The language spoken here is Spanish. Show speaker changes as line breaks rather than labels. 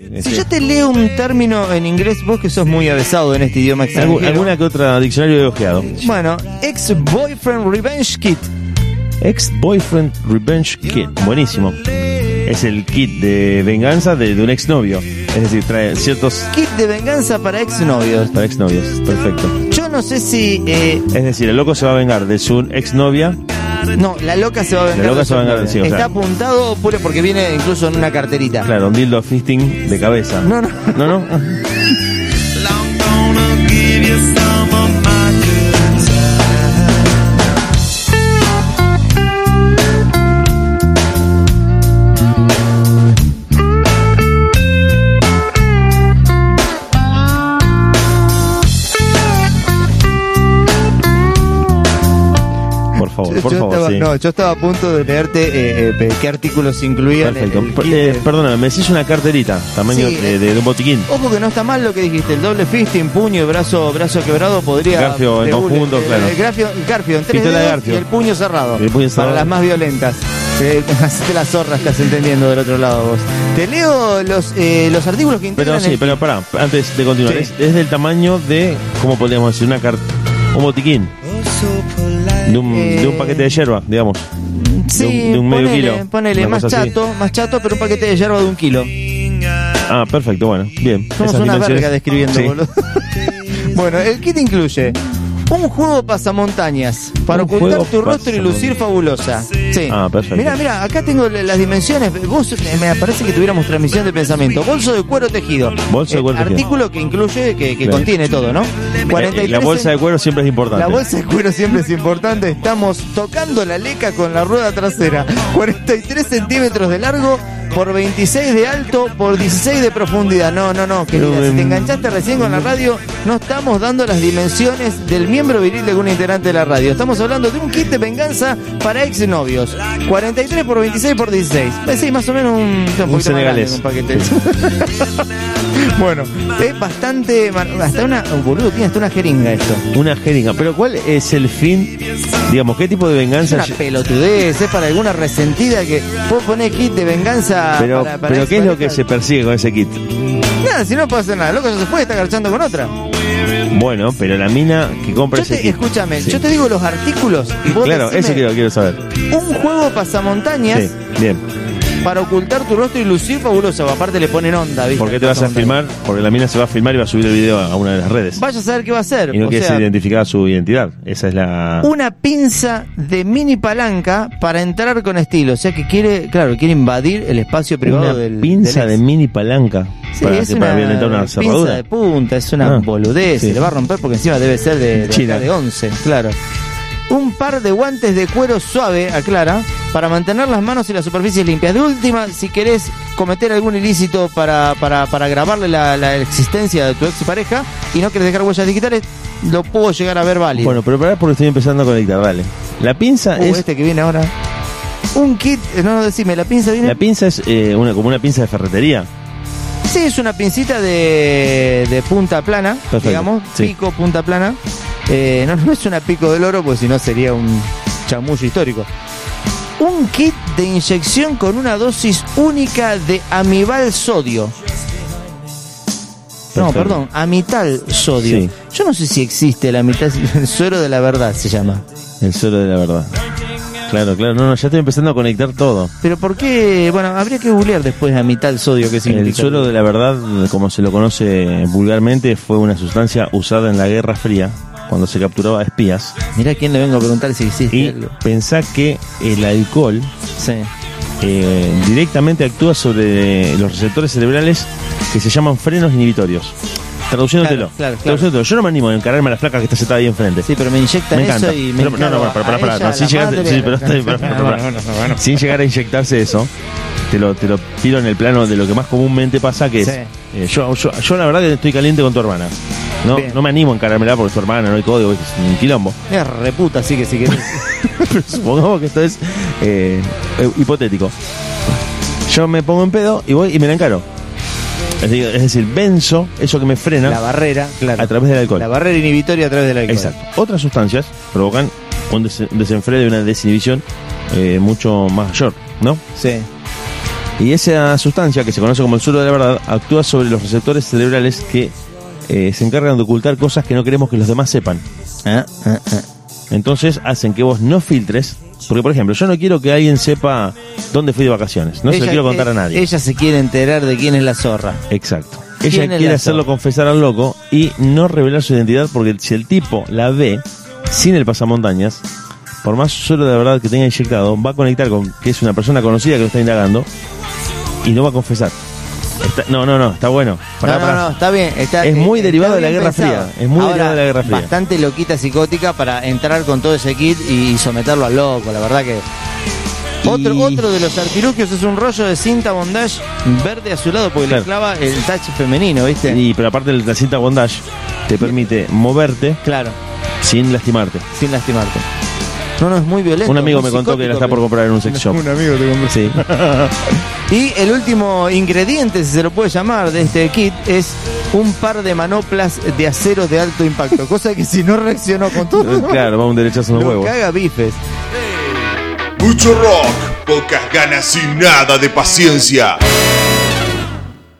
Si Pues yo te leo un término en inglés, vos que sos muy avesado en este idioma
Algu-
extranjero.
alguna que otra diccionario he ojeado.
Bueno, ex boyfriend revenge kit.
Ex Boyfriend Revenge Kit. Buenísimo. Es el kit de venganza de, de un exnovio. Es decir, trae ciertos
Kit de venganza para exnovios.
para exnovios. Perfecto.
Yo no sé si. eh,
Es decir, el loco se va a vengar de su exnovia.
no, la loca se va a vengar.
loca
de
se va a vengar, sí, o
Está
sea.
apuntado puro porque viene incluso en una carterita.
Claro, un dildo fisting de cabeza.
No, no.
No, no. Por favor, por
yo
favor,
estaba,
sí.
No, yo estaba a punto de leerte eh, eh, qué artículos incluían. el-
Perfecto.
el
Per-
kit
eh,
de-
perdóname, me decís una carterita, tamaño
Sí,
de, de un botiquín.
Ojo que no está mal lo que dijiste, el doble fisting, puño y brazo, brazo quebrado podría...
Garfio en
de bullet,
conjunto,
eh,
claro.
El garfio, el garfio en tres
Pistola de
dedos
garfio.
y el puño cerrado.
El puño cerrado.
Para las más violentas. Eh, Hacete la zorra, estás entendiendo del otro lado vos. Te leo los, eh, los artículos que integran...
Pero sí,
el-
pero pará, antes de continuar,
Sí.
es, es del tamaño de, ¿cómo podríamos decir? Una car- un botiquín. De un, de un
Eh,
paquete de yerba, digamos.
Sí,
de un- de un medio
ponele,
kilo,
ponele,
una
más
cosa así.
chato, más chato, pero un paquete de yerba de un kilo.
Ah, perfecto, bueno, bien.
Somos
Esas
una
dimensiones.
verga describiendo,
Sí. Eh,
boludo. bueno, el kit incluye un juego pasamontañas para
Un
ocultar
juego
tu rostro y lucir fabulosa. Sí.
Ah, perfecto.
Mira, mira, acá tengo le- las dimensiones. Vos, eh, me parece que tuviéramos transmisión de pensamiento. Bolso de cuero tejido. Eh,
Bolso de cuero tejido.
Artículo que incluye, que, que
Claro.
contiene todo, ¿no?
Eh, eh, La
43
bolsa de cuero siempre es importante.
la bolsa de cuero siempre es importante. Estamos tocando la leca con la rueda trasera. 43 centímetros de largo por 26 de alto por 16 de profundidad. No, no, no, querida.
Pero,
si te
em,
enganchaste recién con la radio, no estamos dando las dimensiones del miembro viril de algún integrante de la radio. Estamos hablando de un kit de venganza para exnovios. 43 por 26 por 16. Pues sí, más o menos un, un poquito más grande,
senegalés.
un paquete. bueno, es bastante... man- Hasta una... oh, boludo, tiene hasta una jeringa esto.
Una jeringa. Pero ¿cuál es el fin? Digamos, ¿qué tipo de
Es
venganza?
una pelotudez, es para alguna resentida que vos ponés kit de venganza.
Pero,
para, para
pero
ex-
¿qué es lo
para
que
ex-
se persigue con ese kit?
Nada, si no puedo hacer nada, loco, ya se puede estar garchando con otra.
Bueno, pero la mina que compra
Yo
ese
te,
kit.
escúchame,
Sí.
yo te digo los artículos. y vos
Claro,
decime
eso quiero, quiero saber.
Un juego pasamontañas
Sí, bien.
para ocultar tu rostro y lucir fabuloso. Aparte le ponen onda, ¿viste?
¿Por qué te vas a
Pasamontañas.
filmar? Porque la mina se va a filmar y va a subir el video a una de las redes.
Vaya a saber qué va a hacer.
Y no
o
que
sea,
se identificaba su identidad. Esa es la.
una pinza de mini palanca para entrar con estilo. O sea que quiere, claro, quiere invadir el espacio privado
Una
del.
pinza
del
de
ex.
mini palanca.
Sí,
para,
es
que- para violentar una
pinza
cerradura.
de punta, es una
Ah,
boludez,
sí.
se le va a romper porque encima debe ser de, de,
China.
acá de 11, claro. Un par de guantes de cuero suave, aclara, para mantener las manos y las superficies limpias. De última, si querés cometer algún ilícito para, para, para grabarle la, la existencia de tu ex pareja y no querés dejar huellas digitales, lo puedo llegar a ver válido.
Bueno, pero pará porque estoy empezando a conectar, dale. La pinza
Uh,
es.
este que viene ahora. Un kit, eh, no, no, decime, la pinza viene.
La pinza es eh, una, como una pinza de ferretería.
Sí, es una pincita de, de punta plana,
Perfecto,
digamos,
sí.
pico, punta plana. Eh, no, no es una pico del oro, pues si no sería un chamullo histórico. Un kit de inyección con una dosis única de amibal sodio. No,
Perfecto.
perdón, amital sodio.
Sí.
Yo no sé si existe el amital, el suero de la verdad se llama.
El suelo de la verdad. Claro, claro. No, no, ya estoy empezando a conectar todo.
Pero ¿por qué? Bueno, habría que googlear después amital sodio, que significa.
El suelo de la verdad, como se lo conoce vulgarmente, fue una sustancia usada en la Guerra Fría, cuando se capturaba a espías.
Mirá quién le vengo a preguntar si existe.
Y
algo.
pensá que el alcohol
Sí.
eh, directamente actúa sobre los receptores cerebrales que se llaman frenos inhibitorios. Traduciéndotelo.
Claro, claro, claro.
Traduciéndotelo. Yo no me animo a encargarme a las placas que está sentada ahí enfrente.
Sí, pero me inyectan
Me encanta.
eso y me
Pero- no, no,
encargo
bueno, pero pará,
a
pará.
ella,
no,
a
sin
la
llegar-
madre.
sí, pero estoy- pero- pero pará. Sin llegar a inyectarse eso, te lo, te lo tiro en el plano de lo que más comúnmente pasa, que es.
Sí.
eh, yo, yo, yo la verdad que estoy caliente con tu hermana. No,
Bien.
no me animo a encarármela porque es tu hermana, no hay código, es un quilombo.
Es reputa, así que si querés.
Pero supongamos que esto es eh, eh, hipotético. Yo me pongo en pedo y voy y me la encaro. Es decir, es decir, venzo eso que me
la
frena
barrera, claro.
a través del alcohol.
La barrera inhibitoria a través del alcohol.
Exacto. Otras sustancias provocan un desen- desenfreno y una desinhibición eh, mucho mayor, ¿no?
Sí.
Y esa sustancia, que se conoce como el suelo de la verdad, actúa sobre los receptores cerebrales que eh, se encargan de ocultar cosas que no queremos que los demás sepan.
Ah, ah, ah.
Entonces hacen que vos no filtres. Porque, por ejemplo, yo no quiero que alguien sepa dónde fui de vacaciones. No se lo
Ella- eh,
quiero contar a nadie.
Ella se quiere enterar de quién es la zorra.
Exacto.
¿Quién
Ella
es la
quiere hacerlo
zorra?
confesar al loco y no revelar su identidad porque si el tipo la ve sin el pasamontañas, por más suelo de verdad que tenga inyectado, va a conectar con que es una persona conocida que lo está indagando y no va a confesar. Está- no, no, no, está bueno. Pará,
no, no,
pará.
no, está bien. está-
Es muy
eh,
derivado
está
de la
bien
Guerra
pensado.
Fría, es muy
Ahora,
derivado de la Guerra Fría.
Bastante loquita psicótica para entrar con todo ese kit y someterlo al loco, la verdad que. Otro,
Y-
otro de los artilugios es un rollo de cinta bondage verde azulado porque
Claro.
le clava el touch femenino, ¿viste?
Y, pero aparte la cinta bondage te permite moverte
Claro,
sin lastimarte.
sin lastimarte. No, no, es muy violento.
Un amigo
muy
me contó que la
psicótico,
está por comprar en un sex shop.
amigo te compró.
Sí.
Y el último ingrediente, si se lo puede llamar, de este kit es un par de manoplas de acero de alto impacto. cosa que si no reaccionó con todo,
claro, va un derechazo en los
lo
huevos.
caga bifes.
Mucho rock, pocas ganas y nada de paciencia.